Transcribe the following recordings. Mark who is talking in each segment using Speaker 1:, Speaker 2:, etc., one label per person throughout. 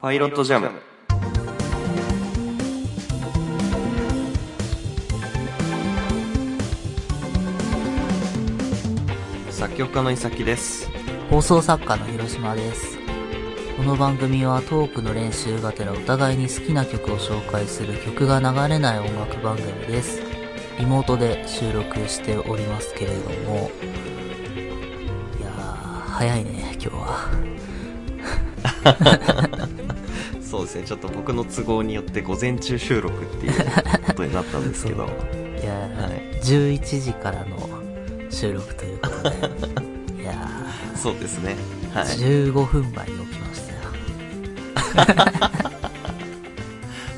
Speaker 1: パイロットジャム作曲家の伊崎です
Speaker 2: 放送作家の広島です。この番組はトークの練習がてらお互いに好きな曲を紹介する曲が流れない音楽番組です。リモートで収録しておりますけれども、いやー、早いね、今日は。
Speaker 1: そうですねちょっと僕の都合によって午前中収録っていうことになったんですけど
Speaker 2: いやー、
Speaker 1: は
Speaker 2: 11時からの収録ということで、いや
Speaker 1: そうですね
Speaker 2: ー、
Speaker 1: はい
Speaker 2: 15分前に起きましたよ。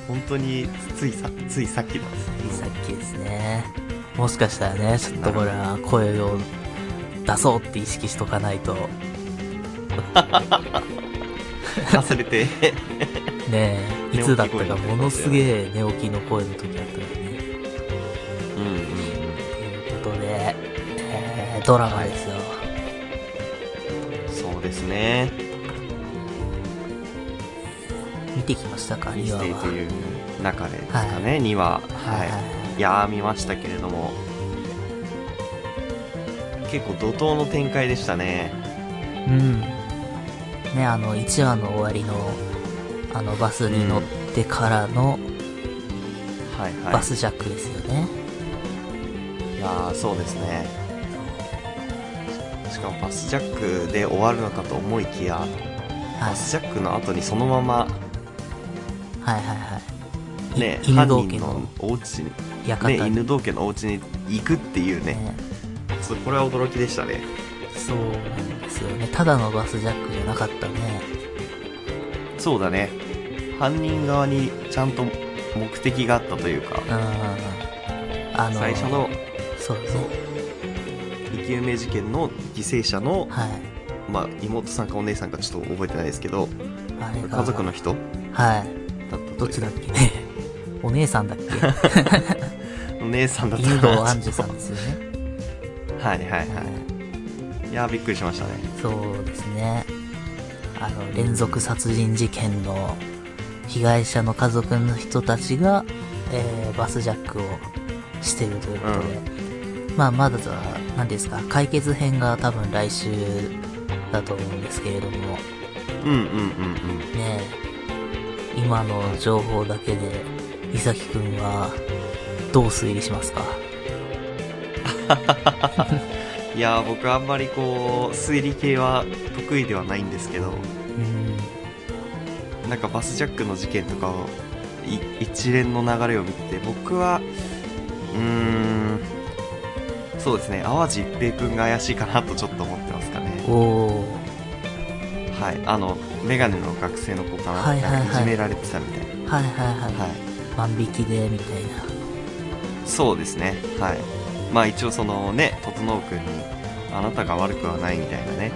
Speaker 1: 本当についさついさっきなんです
Speaker 2: さっきですね。もしかしたらね、ちょっとこれは声を出そうって意識しとかないと、
Speaker 1: 忘れて
Speaker 2: ねえ、いつだっ
Speaker 1: 寝
Speaker 2: た
Speaker 1: 起き声にな
Speaker 2: か
Speaker 1: ってますよ
Speaker 2: ものすげえ寝起きの声の時だったのにね。
Speaker 1: うんうん
Speaker 2: ということで、えー、ドラマですよ。
Speaker 1: うんそうですね
Speaker 2: 見てきましたか、
Speaker 1: ミ
Speaker 2: 2
Speaker 1: ス
Speaker 2: 話
Speaker 1: テイと
Speaker 2: は。
Speaker 1: いう中でですかね、2話はい、、
Speaker 2: はい
Speaker 1: やー見ましたけれども結構怒涛の展開でしたね
Speaker 2: うん。ね、あの、1話の終わりの、あの、バスに乗ってからの、
Speaker 1: はいはい
Speaker 2: バスジャックですよね。
Speaker 1: いやーそうですねしかもバスジャックで終わるのかと思いきや
Speaker 2: はい
Speaker 1: バスジャックの後にそのまま
Speaker 2: はいはいはい。い
Speaker 1: ね
Speaker 2: 犬
Speaker 1: 犯
Speaker 2: 道家
Speaker 1: 人
Speaker 2: の
Speaker 1: のお家に
Speaker 2: 館
Speaker 1: ね
Speaker 2: に、
Speaker 1: 犬道家のお家に行くっていうね
Speaker 2: ね
Speaker 1: ちょっとこれは驚きでしたね
Speaker 2: そうなんですよね。ただのバスジャックじゃなかったね。
Speaker 1: そうだね犯人側にちゃんと目的があったというか
Speaker 2: うん。あの、
Speaker 1: 最初の
Speaker 2: そうそう。
Speaker 1: 生き埋め事件の犠牲者の、
Speaker 2: はい。
Speaker 1: まあ、妹さんかお姉さんかちょっと覚えてないですけど
Speaker 2: あれが。
Speaker 1: 家族の。人だ
Speaker 2: はい。
Speaker 1: ったという
Speaker 2: どっちだっけね。お姉さんだっけ
Speaker 1: お姉さんだった
Speaker 2: 犬
Speaker 1: な
Speaker 2: 堂杏樹さんですよね。
Speaker 1: はいはいはい、
Speaker 2: はい
Speaker 1: いやーびっくりしましたね
Speaker 2: そうですね。あの、連続殺人事件の被害者の家族の人たちが、えー、バスジャックをしてるということで。まあ、まだとは、何ですか、解決編が多分来週だと思うんですけれども。
Speaker 1: うんうんうん
Speaker 2: ねえ今の情報だけで、いさきくんは、どう推理しますか
Speaker 1: うんいやー僕あんまりこう推理系は得意ではないんですけど
Speaker 2: うん。
Speaker 1: なんかバスジャックの事件とかをい一連の流れを見て僕はうーんそうですね淡路一平君が怪しいかなとちょっと思ってますかね
Speaker 2: おー。
Speaker 1: はいあの眼鏡の学生の子かな,、
Speaker 2: はいはいは
Speaker 1: な
Speaker 2: い
Speaker 1: んかいじめられてたみたいな
Speaker 2: はいはいは
Speaker 1: はい
Speaker 2: い。万引きで、みたいな。
Speaker 1: そうですねはいまあ一応そのね整君にあなたが悪くはないみたいなね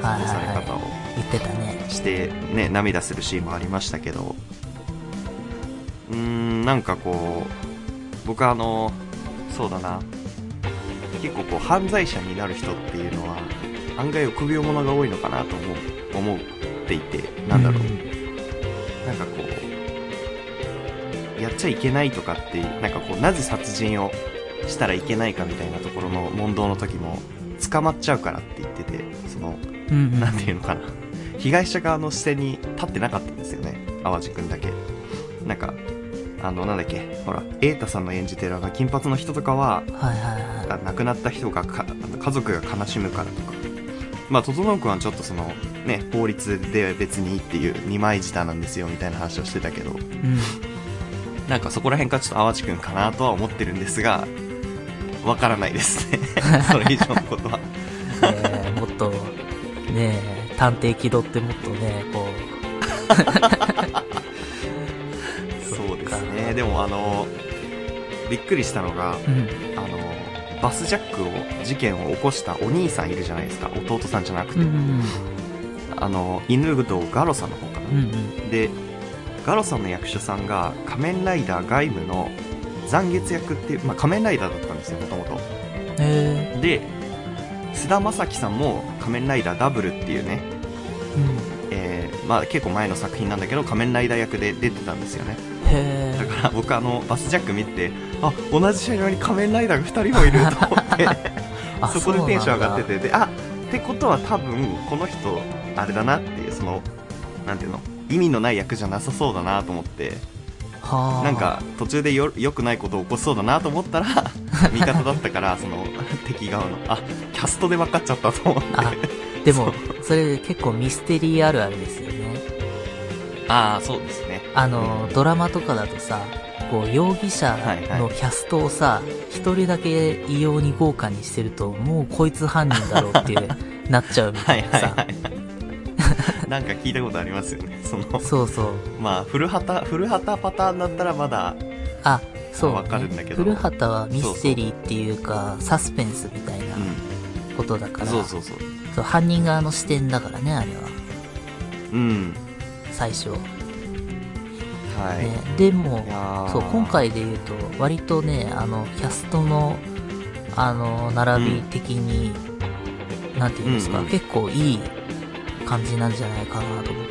Speaker 2: はい
Speaker 1: さ
Speaker 2: はい
Speaker 1: れ方
Speaker 2: は
Speaker 1: を
Speaker 2: い。言ってたね。
Speaker 1: してね涙するシーンもありましたけどうーんなんかこう僕はあのそうだな結構こう犯罪者になる人っていうのは案外臆病者が多いのかなと思う思っていてなんだろう、なんかこうやっちゃいけないとかってなんかこうなぜ殺人をしたらいけないかみたいなところの問答の時も捕まっちゃうからって言っててその
Speaker 2: うん。うんうん。
Speaker 1: なんていうのかな被害者側の視点に立ってなかったんですよね淡路くんだけなんかあのなんだっけほら瑛太さんの演じてるあの金髪の人とかは
Speaker 2: はいはいは
Speaker 1: あ亡くなった人がかあの家族が悲しむからとかまあ整君はちょっとそのね法律で別にいいっていう二枚舌なんですよみたいな話をしてたけど
Speaker 2: い。うん。
Speaker 1: なんかそこら辺からちょっと淡路くんかなとは思ってるんですがわからないです ねそれ以上のことは
Speaker 2: ねえもっと、ねえ、探偵気取ってもっとね、こう、
Speaker 1: そうですねでもあのびっくりしたのが
Speaker 2: うん。
Speaker 1: あのバスジャックを事件を起こしたお兄さんいるじゃないですか弟さんじゃなくて、
Speaker 2: うん
Speaker 1: あの犬堂ガロさんの方かな
Speaker 2: うん。う、んうん。
Speaker 1: でガロさんの役所さんが仮面ライダー外務の残月役っていう、まあ、仮面ライダーだったんですよもともと
Speaker 2: え
Speaker 1: で菅田将暉さんも仮面ライダーダブルっていうね、
Speaker 2: ー。うん。
Speaker 1: えーまあ、結構前の作品なんだけど仮面ライダー役で出てたんですよね
Speaker 2: へ
Speaker 1: だ
Speaker 2: え
Speaker 1: から僕あのバスジャック見てあ同じ車両に仮面ライダーが2人もいると思って
Speaker 2: あ
Speaker 1: そこでテンション上がって
Speaker 2: そ
Speaker 1: て
Speaker 2: うなんだ
Speaker 1: であってことは多分この人あれだなっていうそのなんていうの意味のない役じゃなさそうだなと思って
Speaker 2: はあ
Speaker 1: なんか途中でよ良くないことを起こしそうだなと思ったら 味方だったからその敵側のあキャストで分かっちゃったと思って
Speaker 2: あでもそれ結構ミステリーあるあるですよね
Speaker 1: ああそうですね
Speaker 2: あのドラマとかだとさこう容疑者のキャストをさ一、人だけ異様に豪華にしてるともうこいつ犯人だろうっていうなっちゃうみた
Speaker 1: はい
Speaker 2: いな
Speaker 1: はい
Speaker 2: さ、
Speaker 1: はい なんか聞いたことありますよねその
Speaker 2: そうそう
Speaker 1: まあ古畑古畑パターンだったらまだ
Speaker 2: あそう、
Speaker 1: わかるんだけど
Speaker 2: 古畑はミステリーっていうかサスペンスみたいな
Speaker 1: う
Speaker 2: ことだから、
Speaker 1: んそうそうそう
Speaker 2: そう犯人側の視点だからねあれは
Speaker 1: うん
Speaker 2: 最初、
Speaker 1: はい、
Speaker 2: ね、でも
Speaker 1: いやー
Speaker 2: そう今回で言うと割とねあのキャストのあの並び的に、なんていうんですか、
Speaker 1: うんうん
Speaker 2: 結構いい感じなんじゃないかなと思っ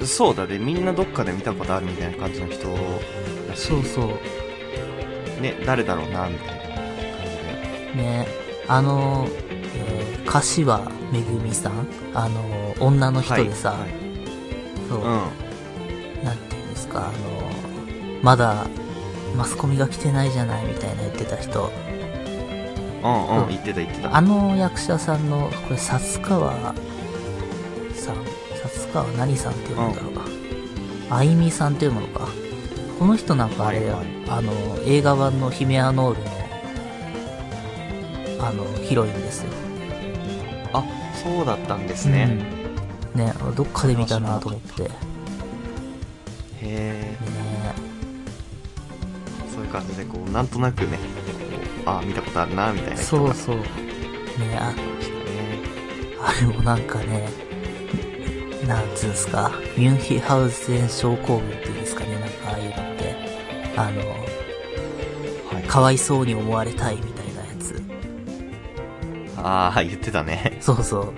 Speaker 2: て
Speaker 1: そうだねみんなどっかで見たことあるみたいな感じの人だし
Speaker 2: そうそう
Speaker 1: ね誰だろうなみたいな感じで
Speaker 2: ねあの、えー、柏めぐみさんあの女の人でさ、
Speaker 1: はいはい
Speaker 2: そう、
Speaker 1: う
Speaker 2: なんていうんですか、あの、まだ、マスコミが来てないじゃないみたいな言ってた
Speaker 1: ん
Speaker 2: 人。
Speaker 1: うんう
Speaker 2: うん
Speaker 1: ん言ってた言ってた
Speaker 2: あの役者さんの、これ、薩川さん薩川何さんって読むんだろうか。あいみさんって読むのか。この人なんかあれ、
Speaker 1: はいはい
Speaker 2: あの、映画版のヒメアノールの、あの、ヒロインですよ。
Speaker 1: あそうだったんですね、
Speaker 2: うん。ね、どっかで見たなと思って。ね
Speaker 1: へえそういう感じでこうなんとなくねこうあ見たことあるなみたいな人
Speaker 2: そ
Speaker 1: が
Speaker 2: うそう。ねあ
Speaker 1: ね
Speaker 2: あれもなんかね、なんつうんですか、ミュンヒハウゼン症候群っていうんですかね、なんかああいうのって、あの、
Speaker 1: はい
Speaker 2: かわいそうに思われたいみたいなやつ。
Speaker 1: ああ言ってたね
Speaker 2: そうそう。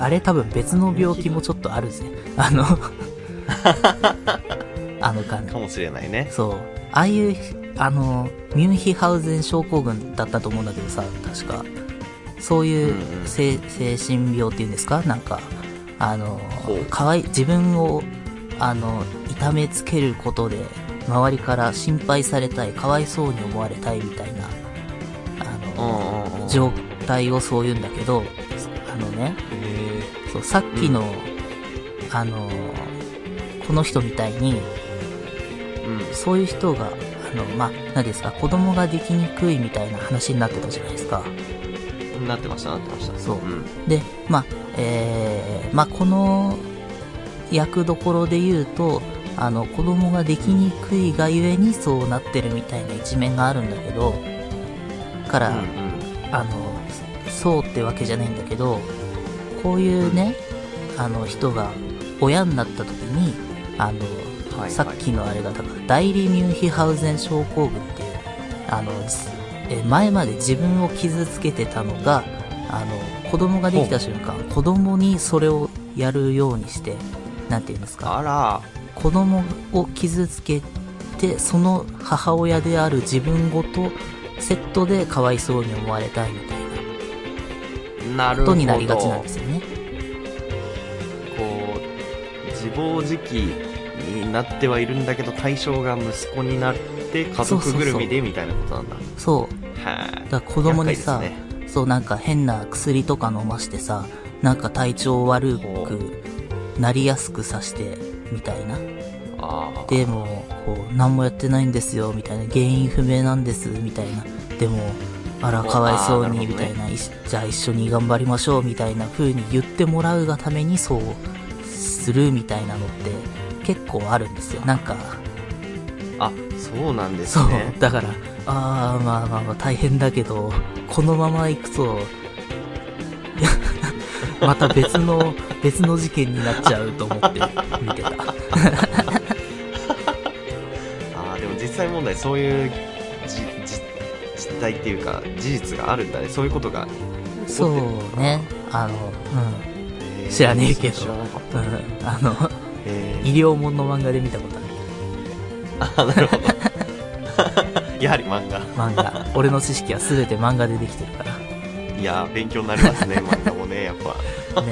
Speaker 2: あれ多分別の病気もちょっとあるぜ。あの、あの感じ
Speaker 1: か。もしれないね
Speaker 2: そう。ああいう、あの、ミュンヒハウゼン症候群だったと思うんだけどさ、確か。そういう
Speaker 1: うんうん
Speaker 2: 精,、精神病っていうんですかなんか、あの
Speaker 1: ほう、
Speaker 2: かわい、自分を、あの、痛めつけることで、周りから心配されたい、かわいそうに思われたいみたいな、あ
Speaker 1: うんう
Speaker 2: の、
Speaker 1: んうん
Speaker 2: 状態をそう言うんだけど、あのね、
Speaker 1: へ
Speaker 2: そう、さっきの、あの、この人みたいに、
Speaker 1: えうん
Speaker 2: そういう人が、あの、まあ、何ですか、子供ができにくいみたいな話になってたじゃないですか。
Speaker 1: なってましたなってました
Speaker 2: そうんで、まあ、えー、まあ、この役どころで言うと、あの、子供ができにくいがゆえにそうなってるみたいな一面があるんだけど、か
Speaker 1: う
Speaker 2: ら、
Speaker 1: んうん
Speaker 2: あの、そうってわけじゃないんだけど、こういうね、あの人が親になった時に、あの、
Speaker 1: はいはい
Speaker 2: さっきのあれが、だから、代理ミュンヒハウゼン症候群っていう、あの、じえ前まで自分を傷つけてたのが、あの、子供ができた瞬間、子供にそれをやるようにして、なんて言うんですか、
Speaker 1: あら
Speaker 2: 子供を傷つけてその母親である自分ごとセットでかわいそうに思われたいみたいな
Speaker 1: なる
Speaker 2: こ
Speaker 1: ほど
Speaker 2: とになりがちなんですよね
Speaker 1: こう自暴自棄になってはいるんだけど対象が息子になって家
Speaker 2: そうそう
Speaker 1: 族
Speaker 2: そう
Speaker 1: ぐるみでみたいなことなんだ
Speaker 2: そう
Speaker 1: は
Speaker 2: だから子供にさ、
Speaker 1: 厄介で
Speaker 2: そうなんか変な薬とか飲ましてさなんか体調悪
Speaker 1: ほ
Speaker 2: くなりやすくさしてみたいな
Speaker 1: ああー
Speaker 2: でもこう何もやってないんですよみたいな原因不明なんですみたいなでもあら
Speaker 1: お
Speaker 2: かわいそうに
Speaker 1: あーなる
Speaker 2: み
Speaker 1: ほど
Speaker 2: た
Speaker 1: ね
Speaker 2: いな一じゃあ一緒に頑張りましょうみたいな風に言ってもらうがためにそうするみたいなのって結構あるんですよなんか
Speaker 1: あそうなんです
Speaker 2: そう
Speaker 1: ね
Speaker 2: だからああまあまあまあ大変だけどこのまま行くと いやまた別の別の事件になっちゃうと思って見てた
Speaker 1: あーでも実際問題そういうじじ実態っていうか事実があるんだねそういうことが
Speaker 2: そうねあのうん
Speaker 1: へー
Speaker 2: 知らねえけど
Speaker 1: 知らなかった
Speaker 2: あの、
Speaker 1: え
Speaker 2: 医療もんの漫画で見たことある。
Speaker 1: ー、あなるほど やはり漫画
Speaker 2: 漫 画。俺の知識は全て漫画でできてるから。ね
Speaker 1: いやー勉強になりますね漫画もねやっぱ
Speaker 2: え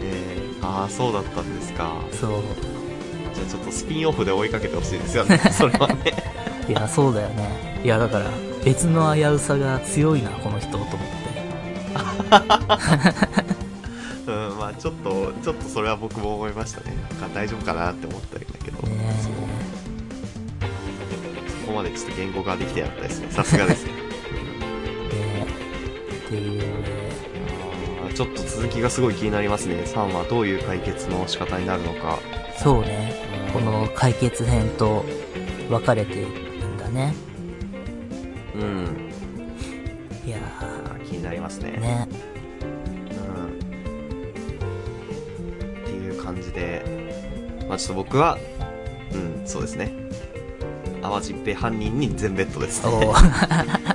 Speaker 1: えー、ああそうだったんですか
Speaker 2: そう。
Speaker 1: じゃあちょっとスピンオフで追いかけてほしいですよ ねそれはね
Speaker 2: いや、そうだよね。いや、だから、別の危うさが強いな、この人、と思って。
Speaker 1: うんまあちょっとちょっとそれは僕も思いましたねなんか大丈夫かなって思ったんだけど、
Speaker 2: ね
Speaker 1: そうそこまでちょっと言語化できてなかったですねさすがですね
Speaker 2: え。ねえ。っていうね。
Speaker 1: あーちょっと続きがすごい気になりますね3はどういう解決の仕方になるのか
Speaker 2: そうね。この解決編と分かれていくんだね。
Speaker 1: うん
Speaker 2: いや
Speaker 1: あー気になりますね
Speaker 2: ー、ね。
Speaker 1: うんっていう感じで、まあ、ちょっと僕は、うん、そうですね。淡路一平犯人に全ベッドですね。
Speaker 2: おー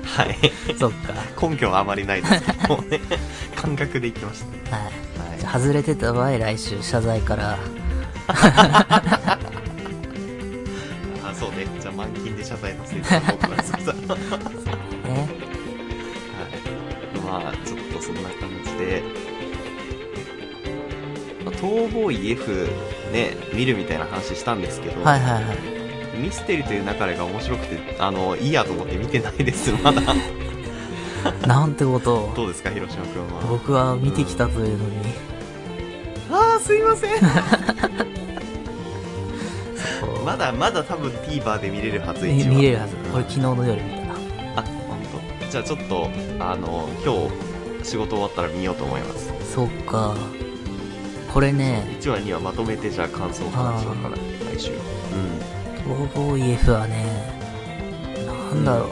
Speaker 1: はい。
Speaker 2: そっか。
Speaker 1: 根拠はあまりないですけ ど、ね、感覚でいきましたね。
Speaker 2: はい。
Speaker 1: はい
Speaker 2: じゃあ外れてた場合、来週謝罪から。
Speaker 1: あ、そうね。じゃあ満金で謝罪させていただこうかな。すいませ んはい。
Speaker 2: ね。
Speaker 1: まあ、ちょっとそんな感じで、まあ、逃亡医 F ね、見るみたいな話したんですけど、
Speaker 2: はいはいはい。
Speaker 1: ミステリという流れが面白くて、あの、いいやと思って見てない です、まだ。
Speaker 2: なんてことを。
Speaker 1: どうですか、広島くんは。
Speaker 2: 僕は見てきたというのに、
Speaker 1: ああ、すいません。
Speaker 2: こう
Speaker 1: まだまだ多分 TVer で見れるはず、
Speaker 2: ね
Speaker 1: 一応。
Speaker 2: 見れるはず。
Speaker 1: うん
Speaker 2: 俺昨日の夜見た。
Speaker 1: あ、本当。じゃあちょっと、あの、今日、仕事終わったら見ようと思います。
Speaker 2: そっか。これね、
Speaker 1: 1話、2話まとめて、じゃあ感想を話しようかな、来週。うん。
Speaker 2: 逃亡 EF はね、なんだろう。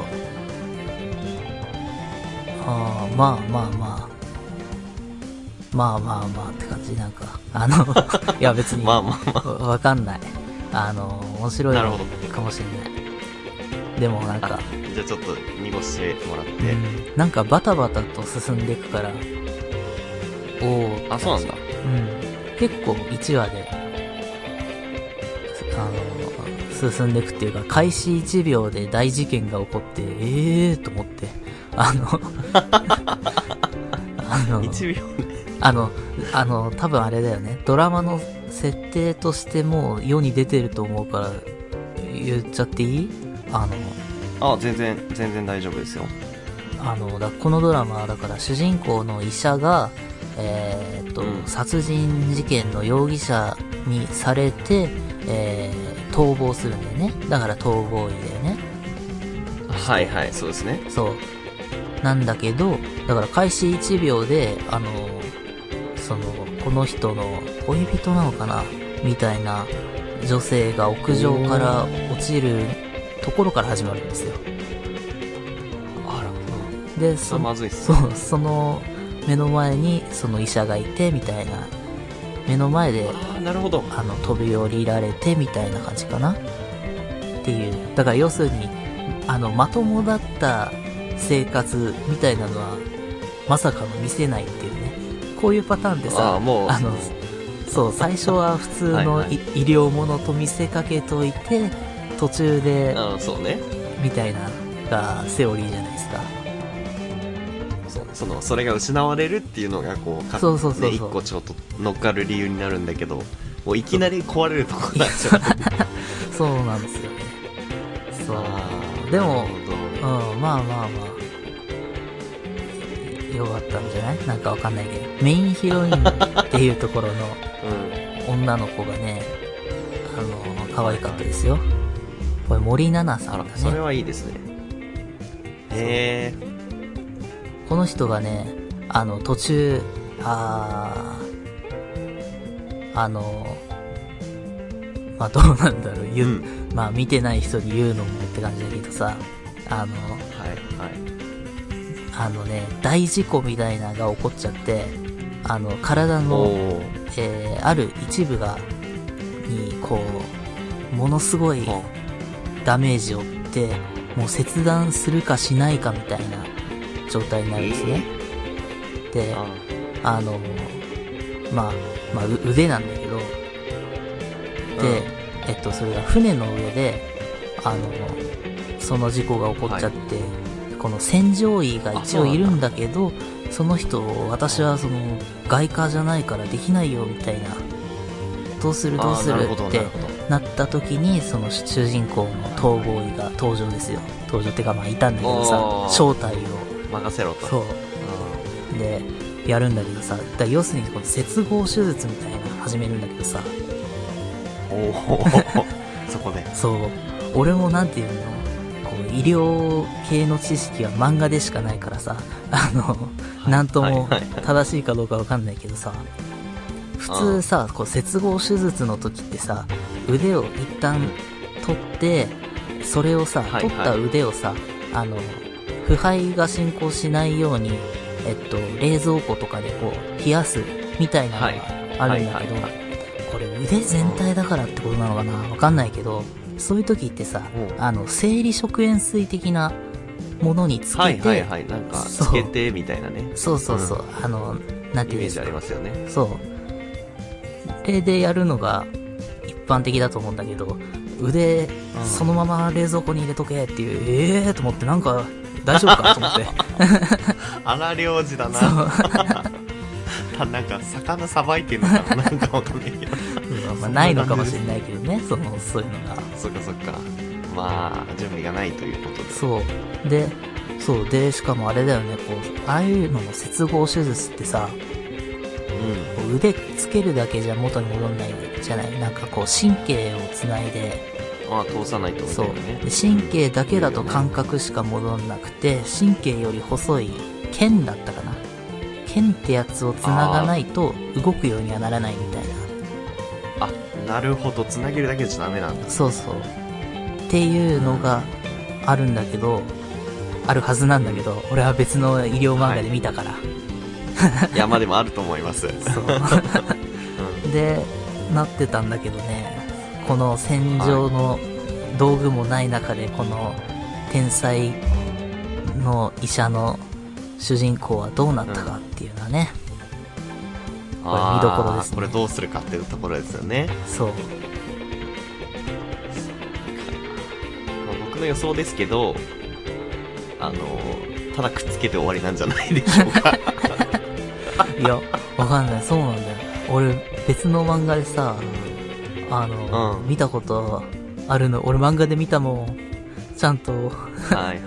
Speaker 2: ああ、まあまあまあ。まあまあまあって感じ、なんか。あの、いや別に、
Speaker 1: まあ
Speaker 2: わ
Speaker 1: まあま
Speaker 2: わかんない。あの、面白い
Speaker 1: なるほ
Speaker 2: かもしれない。でもなんか、
Speaker 1: あ。じゃあちょっと、濁してもらって。
Speaker 2: うんなんかバタバタと進んでいくから、おお
Speaker 1: あ、そうなんだ。
Speaker 2: うん、結構1話で、あの、進んでいくっていうか、開始1秒で大事件が起こって、ええーと思って、あの、 あの、
Speaker 1: 1秒ね。
Speaker 2: あの、あの、多分あれだよね、ドラマの設定としてもう世に出てると思うから、言っちゃっていいあの、
Speaker 1: あ、全然、全然大丈夫ですよ。
Speaker 2: あのだこのドラマはだから主人公の医者が、えーっと
Speaker 1: うん
Speaker 2: 殺人事件の容疑者にされて、えー逃亡するんだよねだから逃亡医だよね
Speaker 1: はいはい、そうですね。
Speaker 2: そうなんだけどだから開始1秒であのそのこの人の恋人なのかなみたいな女性が屋上から落ちるところから始まるんですよ
Speaker 1: あら、
Speaker 2: で
Speaker 1: そ
Speaker 2: そ
Speaker 1: れ
Speaker 2: の
Speaker 1: まずいっす
Speaker 2: そ
Speaker 1: ね。
Speaker 2: う、その目の前にその医者がいてみたいな、目の前で
Speaker 1: ああ、なるほど。
Speaker 2: あの飛び降りられてみたいな感じかなっていう。だから要するに、あの、まともだった生活みたいなのは、まさかの見せないっていうね。こういうパターンって
Speaker 1: あ
Speaker 2: さ
Speaker 1: あ、、もう、
Speaker 2: あのそう、最初は普通の
Speaker 1: はいはい
Speaker 2: 医療ものと見せかけといて、途中で、
Speaker 1: うん、そうね。
Speaker 2: みたいな、がセオリーじゃないですか。
Speaker 1: そうそのそれが失われるっていうのがこうか
Speaker 2: そうそうそうそう
Speaker 1: ね、一個ちょっと乗っかる理由になるんだけどもういきなり壊れるとこになっちゃう
Speaker 2: そうなんですよね。そう。
Speaker 1: あー
Speaker 2: でも
Speaker 1: なる
Speaker 2: うん、
Speaker 1: ほど
Speaker 2: まあまあまあ。よかったんじゃないなんかわかんないけど。メインヒロインっていうところの女の子がね、あの、可愛かったですよ。これ森七菜
Speaker 1: うん、
Speaker 2: さ
Speaker 1: あ
Speaker 2: ん
Speaker 1: らそ
Speaker 2: だ
Speaker 1: れ
Speaker 2: ね。
Speaker 1: はいいですねへえ
Speaker 2: この人がね、あの、途中、あー、あの、まあどうなんだろう、言う、
Speaker 1: うん
Speaker 2: まあ見てない人に言うのもって感じだけどさ、
Speaker 1: はい
Speaker 2: あの、
Speaker 1: はい
Speaker 2: あのね、大事故みたいなのが起こっちゃって、あの、体
Speaker 1: お
Speaker 2: の、
Speaker 1: お
Speaker 2: えーある一部が、に、こう、ものすごい
Speaker 1: ー
Speaker 2: ダメージを負って、もう切断するかしないかみたいな状態になるんですね。で、
Speaker 1: あ
Speaker 2: あの、まあ、まあ、う腕なんだけど、で、えっと、それが船の上で、あの、その事故が起こっちゃって、この船上位が一応いるんだけど、その人を私はその外貨じゃないからできないよみたいな、どうするどうす
Speaker 1: あーな
Speaker 2: る
Speaker 1: るほど
Speaker 2: って
Speaker 1: なるほど
Speaker 2: なった時に、その主人公の逃亡医が登場ですよ。登場ってかまあいたんだけど
Speaker 1: お
Speaker 2: さ
Speaker 1: ー、
Speaker 2: 正体を。
Speaker 1: 任せろと。
Speaker 2: そう。でやるんだけどさだから要するにこの接合手術みたいなの始めるんだけどさ
Speaker 1: うんおお そこで。
Speaker 2: そう俺もなんていうのこう医療系の知識は漫画でしかないからさあの、
Speaker 1: い
Speaker 2: なんとも
Speaker 1: はいはいは
Speaker 2: 正しいかどうかわかんないけどさ普通さこう接合手術の時ってさ腕を一旦取ってそれをさ、
Speaker 1: はいはい
Speaker 2: 取った腕をさあの腐敗が進行しないようにえっと冷蔵庫とかでこう冷やすみたいなの
Speaker 1: はい
Speaker 2: があるんだけど、
Speaker 1: はいはいは
Speaker 2: これ腕全体だからってことなのかなわかんないけどそういう時ってさ
Speaker 1: うん
Speaker 2: あの生理食塩水的なものにつけて、
Speaker 1: はいはいはい。なんか、
Speaker 2: そう
Speaker 1: つけて、みたいなね。
Speaker 2: そうそうそう、あのなんて
Speaker 1: イ
Speaker 2: いうん
Speaker 1: メー
Speaker 2: です
Speaker 1: ジ
Speaker 2: か
Speaker 1: ありますよね。
Speaker 2: そう。例でやるのが一般的だと思うんだけど、腕、
Speaker 1: うん
Speaker 2: そのまま冷蔵庫に入れとけっていう、ええーと思って、なんか、大丈夫かと 思って。
Speaker 1: 荒領事だな。たなんか、魚さばいてるのか ななんかわかんないけど。
Speaker 2: うんまあ、ないのかもしれないけどね、その、そういうのが。
Speaker 1: そっかそっか。まあ、準備がないということで。
Speaker 2: そう。で、そう。で、しかもあれだよね、こう、ああいうのの接合手術ってさ、
Speaker 1: うん。
Speaker 2: こう腕つけるだけじゃ元に戻んないじゃないなんかこう、神経をつないで、
Speaker 1: まあ、通さないとみ
Speaker 2: そ
Speaker 1: た
Speaker 2: う
Speaker 1: いなね。
Speaker 2: で神経だけだと感覚しか戻んなくて神経より細い剣だったかな剣ってやつを繋がないと動くようにはならないみたい
Speaker 1: あ、なるほど。つなげるだけじゃダメなん だ
Speaker 2: な。そうそうっていうのがあるんだけどあるはずなんだけど俺は別の医療漫画で見たから、
Speaker 1: いや、まあでもあると思います。
Speaker 2: そう でなってたんだけどねこの戦場の道具もない中でこの天才の医者の主人公はどうなったかっていうのはね、これ見どころです
Speaker 1: あ
Speaker 2: ね
Speaker 1: ーこれどうするかっていうところですよね。
Speaker 2: そう
Speaker 1: まあ僕の予想ですけど、あのー、ただくっつけて終わりなんじゃないでしょう か。
Speaker 2: いやわかんないそうなんだよ俺別の漫画でさあの、
Speaker 1: うん
Speaker 2: 見たことあるの俺漫画で見たもんちゃんと
Speaker 1: はいはい。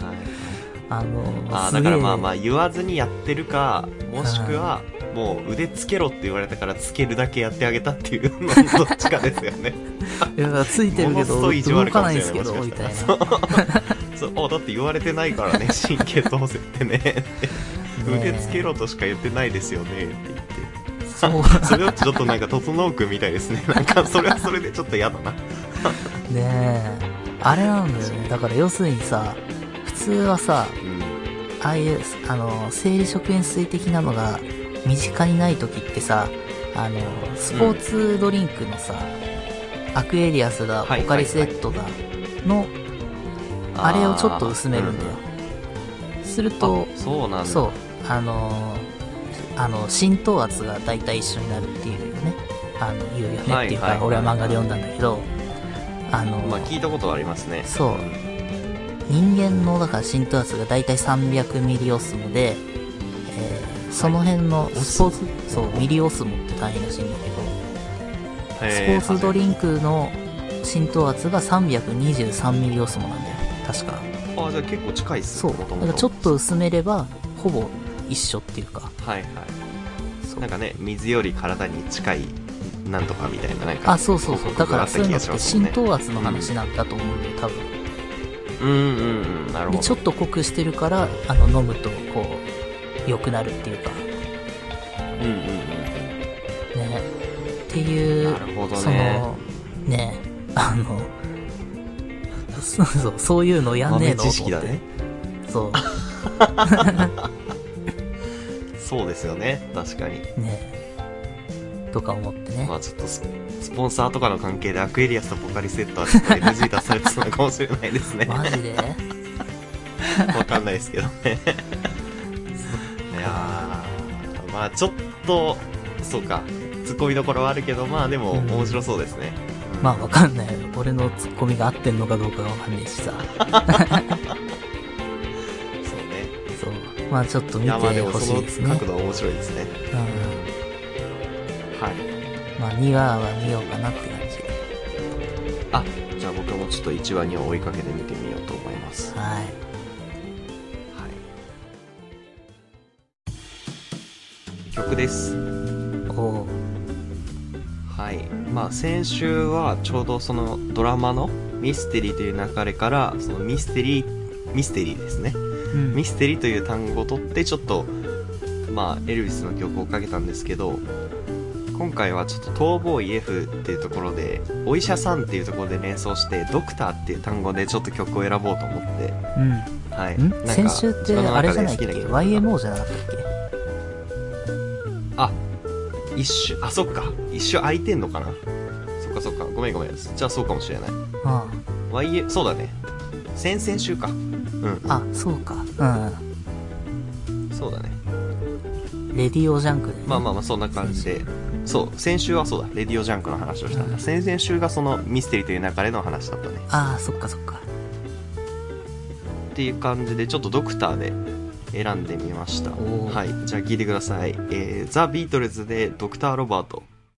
Speaker 2: あの
Speaker 1: あー
Speaker 2: す
Speaker 1: だ
Speaker 2: げ
Speaker 1: から
Speaker 2: え
Speaker 1: まあまあ言わずにやってるか、もしくは、もう腕つけろって言われたからつけるだけやってあげたっていうののどっちかですよね。
Speaker 2: いやついてる
Speaker 1: も
Speaker 2: け
Speaker 1: のすご
Speaker 2: ど
Speaker 1: い意地悪
Speaker 2: 動かない
Speaker 1: も
Speaker 2: ん
Speaker 1: し
Speaker 2: で
Speaker 1: れ
Speaker 2: すけどみたい
Speaker 1: も
Speaker 2: な
Speaker 1: しか したらそうそうおだって言われてないからね、神経通せってね。腕つけろとしか言ってないですよねって言って。
Speaker 2: そ う
Speaker 1: それはちょっとなんか整うくんみたいですね。 なんかそれはそれでちょっと嫌だな。
Speaker 2: ねえあれなんだよねだから要するにさ普通はさ
Speaker 1: うん。
Speaker 2: ああいうあの生理食塩水的なのが身近にない時ってさあのスポーツドリンクのさ、アクエリアスだ
Speaker 1: はい
Speaker 2: ポカリスエットだのあれをちょっと薄めるんだよする
Speaker 1: あー。うん
Speaker 2: と
Speaker 1: うんあそうなんだ。
Speaker 2: そうあのあの浸透圧が大体一緒になるっていうよねあの言うよねっていうか、
Speaker 1: はいはいはい
Speaker 2: 俺は漫画で読んだんだけどあの、
Speaker 1: まあ聞いたことはありますね。
Speaker 2: そう人間のだから浸透圧がだいたい300ミリオスモで、えーその辺のスポーツ、そうミリオスモって単位らしいんだけど、
Speaker 1: へ
Speaker 2: スポーツド
Speaker 1: ン
Speaker 2: リンクの浸透圧が323ミリオスモなんだよ確か
Speaker 1: ク。あ、じゃあ結構近いっす
Speaker 2: そうだ
Speaker 1: 元
Speaker 2: か
Speaker 1: 々
Speaker 2: らちょっと薄めればほぼ一緒っていうか
Speaker 1: はいは
Speaker 2: そ
Speaker 1: い。
Speaker 2: う
Speaker 1: なんかね、水より体に近い、なんとかみたいな、なんか。
Speaker 2: あそうそうそう
Speaker 1: 広
Speaker 2: だ
Speaker 1: 告
Speaker 2: か
Speaker 1: があ
Speaker 2: ら
Speaker 1: っ
Speaker 2: そう
Speaker 1: た
Speaker 2: い
Speaker 1: 気が
Speaker 2: うのっ
Speaker 1: してますね
Speaker 2: 浸透圧の話なんだと思うんだよ多分
Speaker 1: うんうんうん。なる
Speaker 2: で
Speaker 1: ほ
Speaker 2: ちょ
Speaker 1: ど。
Speaker 2: っと濃くしてるからあの飲むとこう良くなるっていうか
Speaker 1: うんうん
Speaker 2: ねっていう
Speaker 1: うん。なるほど
Speaker 2: そ
Speaker 1: ね。
Speaker 2: のねあのそうそうそういうの やんね
Speaker 1: 豆
Speaker 2: えの
Speaker 1: 知識だね。
Speaker 2: と思って
Speaker 1: そうですよね。確かに。
Speaker 2: そうねとか思ってね
Speaker 1: まあちょっとススポンサーとかの関係でアクエリアスとポカリセットはちょっと NG 出されてたのかもしれないです ね。
Speaker 2: マジで
Speaker 1: わかんないですけど ね。いやーまあちょっと、そうか。ツッコミどころはあるけど、まあでも
Speaker 2: うん
Speaker 1: 面白そうですね。うん
Speaker 2: まあわかんない。俺のツッコミが合ってんのかどうかわかんないしさ。
Speaker 1: そうね。
Speaker 2: そう。まあちょっと
Speaker 1: い
Speaker 2: 見て
Speaker 1: や、まあでも
Speaker 2: ほし
Speaker 1: そ
Speaker 2: い
Speaker 1: の
Speaker 2: ですね。
Speaker 1: 角度は面白いですね。
Speaker 2: うん。
Speaker 1: はい。
Speaker 2: まあ2話は見ようかなって感
Speaker 1: あ、じゃあ僕もちょっと1話に追いかけて見てみようと思います。
Speaker 2: じ。はい。
Speaker 1: はい。曲です。
Speaker 2: おう
Speaker 1: はい、まあ、先週はちょうどそのドラマのミステリーという流れからそのミステリーミステリーですね
Speaker 2: うん。
Speaker 1: ミステリーという単語を取ってちょっとまあエルヴィスの曲をかけたんですけど今回はちょっと逃亡医 F っていうところでお医者さんっていうところで連想してドクターっていう単語でちょっと曲を選ぼうと思って
Speaker 2: うん。
Speaker 1: はいなん
Speaker 2: ん
Speaker 1: か
Speaker 2: 先週っ
Speaker 1: 自
Speaker 2: て
Speaker 1: 分の
Speaker 2: あれ
Speaker 1: 中
Speaker 2: じ
Speaker 1: で
Speaker 2: ゃない
Speaker 1: 好
Speaker 2: っけ
Speaker 1: きな曲が
Speaker 2: YMO じゃなかったっ
Speaker 1: あ一瞬あそっか一瞬空いてんのかなそっかそっかごめんごめんじゃあそうかもしれない
Speaker 2: けうん。
Speaker 1: YA そうだね先々週かうん
Speaker 2: あ、そうか。うん
Speaker 1: そうだね
Speaker 2: うん。レディオジャンクで、ね。
Speaker 1: まあまあまあそんな感じでそう先週はそうだレディオジャンクの話をしたんだ、
Speaker 2: うん
Speaker 1: 先々週がそのミステリーという流れの話だったね
Speaker 2: ああ、そっかそっか。
Speaker 1: っていう感じでちょっとドクターで選んでみました
Speaker 2: おー
Speaker 1: はいじゃあ聞いてください、えー、ザ・ビートルズでドクター・ロバート